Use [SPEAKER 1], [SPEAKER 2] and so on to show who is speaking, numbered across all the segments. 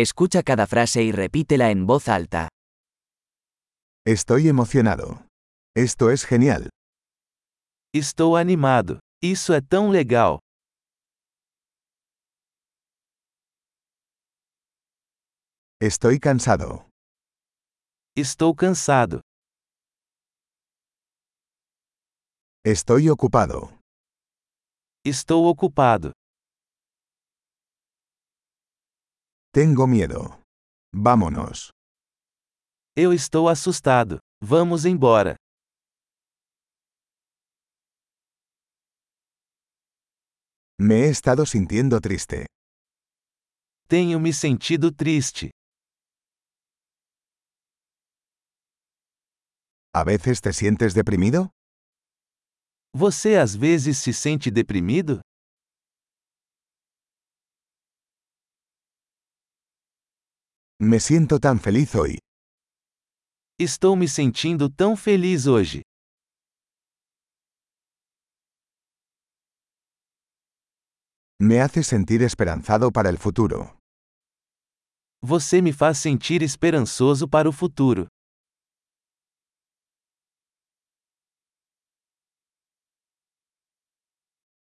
[SPEAKER 1] Escucha cada frase y repítela en voz alta.
[SPEAKER 2] Estoy emocionado. Esto es genial.
[SPEAKER 3] Estou animado. Isso é tão legal.
[SPEAKER 2] Estoy cansado.
[SPEAKER 3] Estou cansado.
[SPEAKER 2] Estoy ocupado.
[SPEAKER 3] Estou ocupado.
[SPEAKER 2] Tengo miedo. Vámonos.
[SPEAKER 3] Eu estou assustado. Vamos embora.
[SPEAKER 2] Me he estado sintiendo triste.
[SPEAKER 3] Tenho me sentido triste.
[SPEAKER 2] ¿A veces te sientes deprimido?
[SPEAKER 3] Você às vezes se sente deprimido?
[SPEAKER 2] Me siento tan feliz hoy.
[SPEAKER 3] Estou me sentindo tão feliz hoje.
[SPEAKER 2] Me hace sentir esperanzado para el futuro.
[SPEAKER 3] Você me faz sentir esperançoso para o futuro.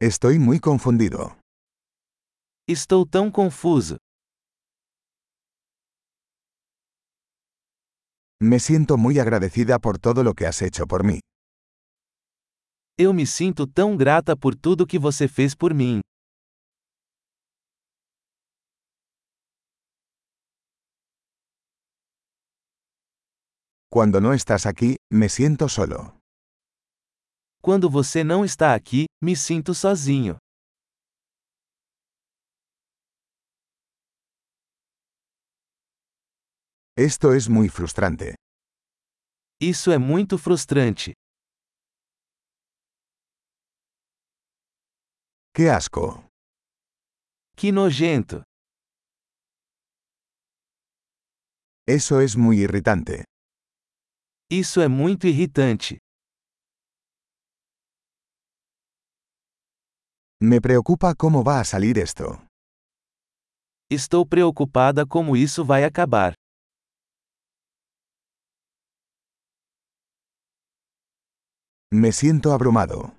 [SPEAKER 2] Estoy muy confundido.
[SPEAKER 3] Estou tão confuso.
[SPEAKER 2] Me siento muy agradecida por todo lo que has hecho por mí.
[SPEAKER 3] Eu me sinto tão grata por tudo que você fez por mim.
[SPEAKER 2] Cuando no estás aquí, me siento solo.
[SPEAKER 3] Quando você não está aqui, me sinto sozinho.
[SPEAKER 2] Esto es muy frustrante.
[SPEAKER 3] Isso é muito frustrante.
[SPEAKER 2] ¡Qué asco!
[SPEAKER 3] Que nojento.
[SPEAKER 2] Eso es muy irritante.
[SPEAKER 3] Isso é muito irritante.
[SPEAKER 2] Me preocupa cómo va a salir esto.
[SPEAKER 3] Estou preocupada como isso vai acabar.
[SPEAKER 2] Me siento abrumado.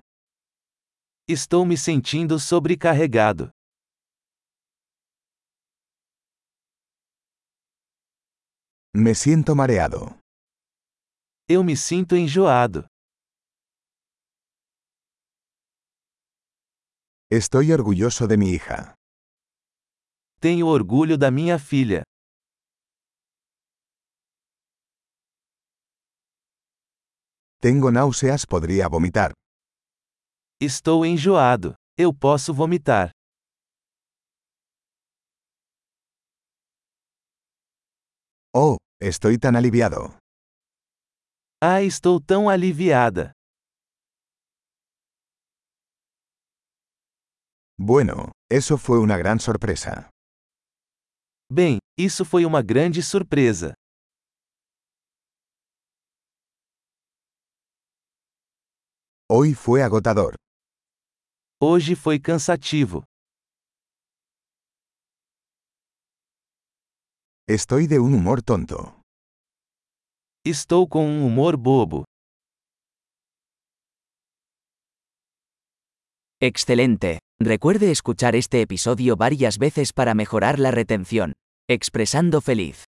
[SPEAKER 3] Estou me sentindo sobrecarregado.
[SPEAKER 2] Me siento mareado.
[SPEAKER 3] Eu me sinto enjoado.
[SPEAKER 2] Estoy orgulloso de mi hija.
[SPEAKER 3] Tenho orgulho da minha filha.
[SPEAKER 2] Tengo náuseas, podría vomitar.
[SPEAKER 3] Estou enjoado. Eu posso vomitar.
[SPEAKER 2] Oh, estoy tan aliviado.
[SPEAKER 3] Ah, estou tão aliviada.
[SPEAKER 2] Bueno, eso fue una gran sorpresa.
[SPEAKER 3] Bem, isso foi uma grande surpresa.
[SPEAKER 2] Hoy fue agotador.
[SPEAKER 3] Hoje foi cansativo.
[SPEAKER 2] Estoy de un humor tonto.
[SPEAKER 3] Estou com um humor bobo.
[SPEAKER 1] Excelente. Recuerde escuchar este episodio varias veces para mejorar la retención. Expresando feliz.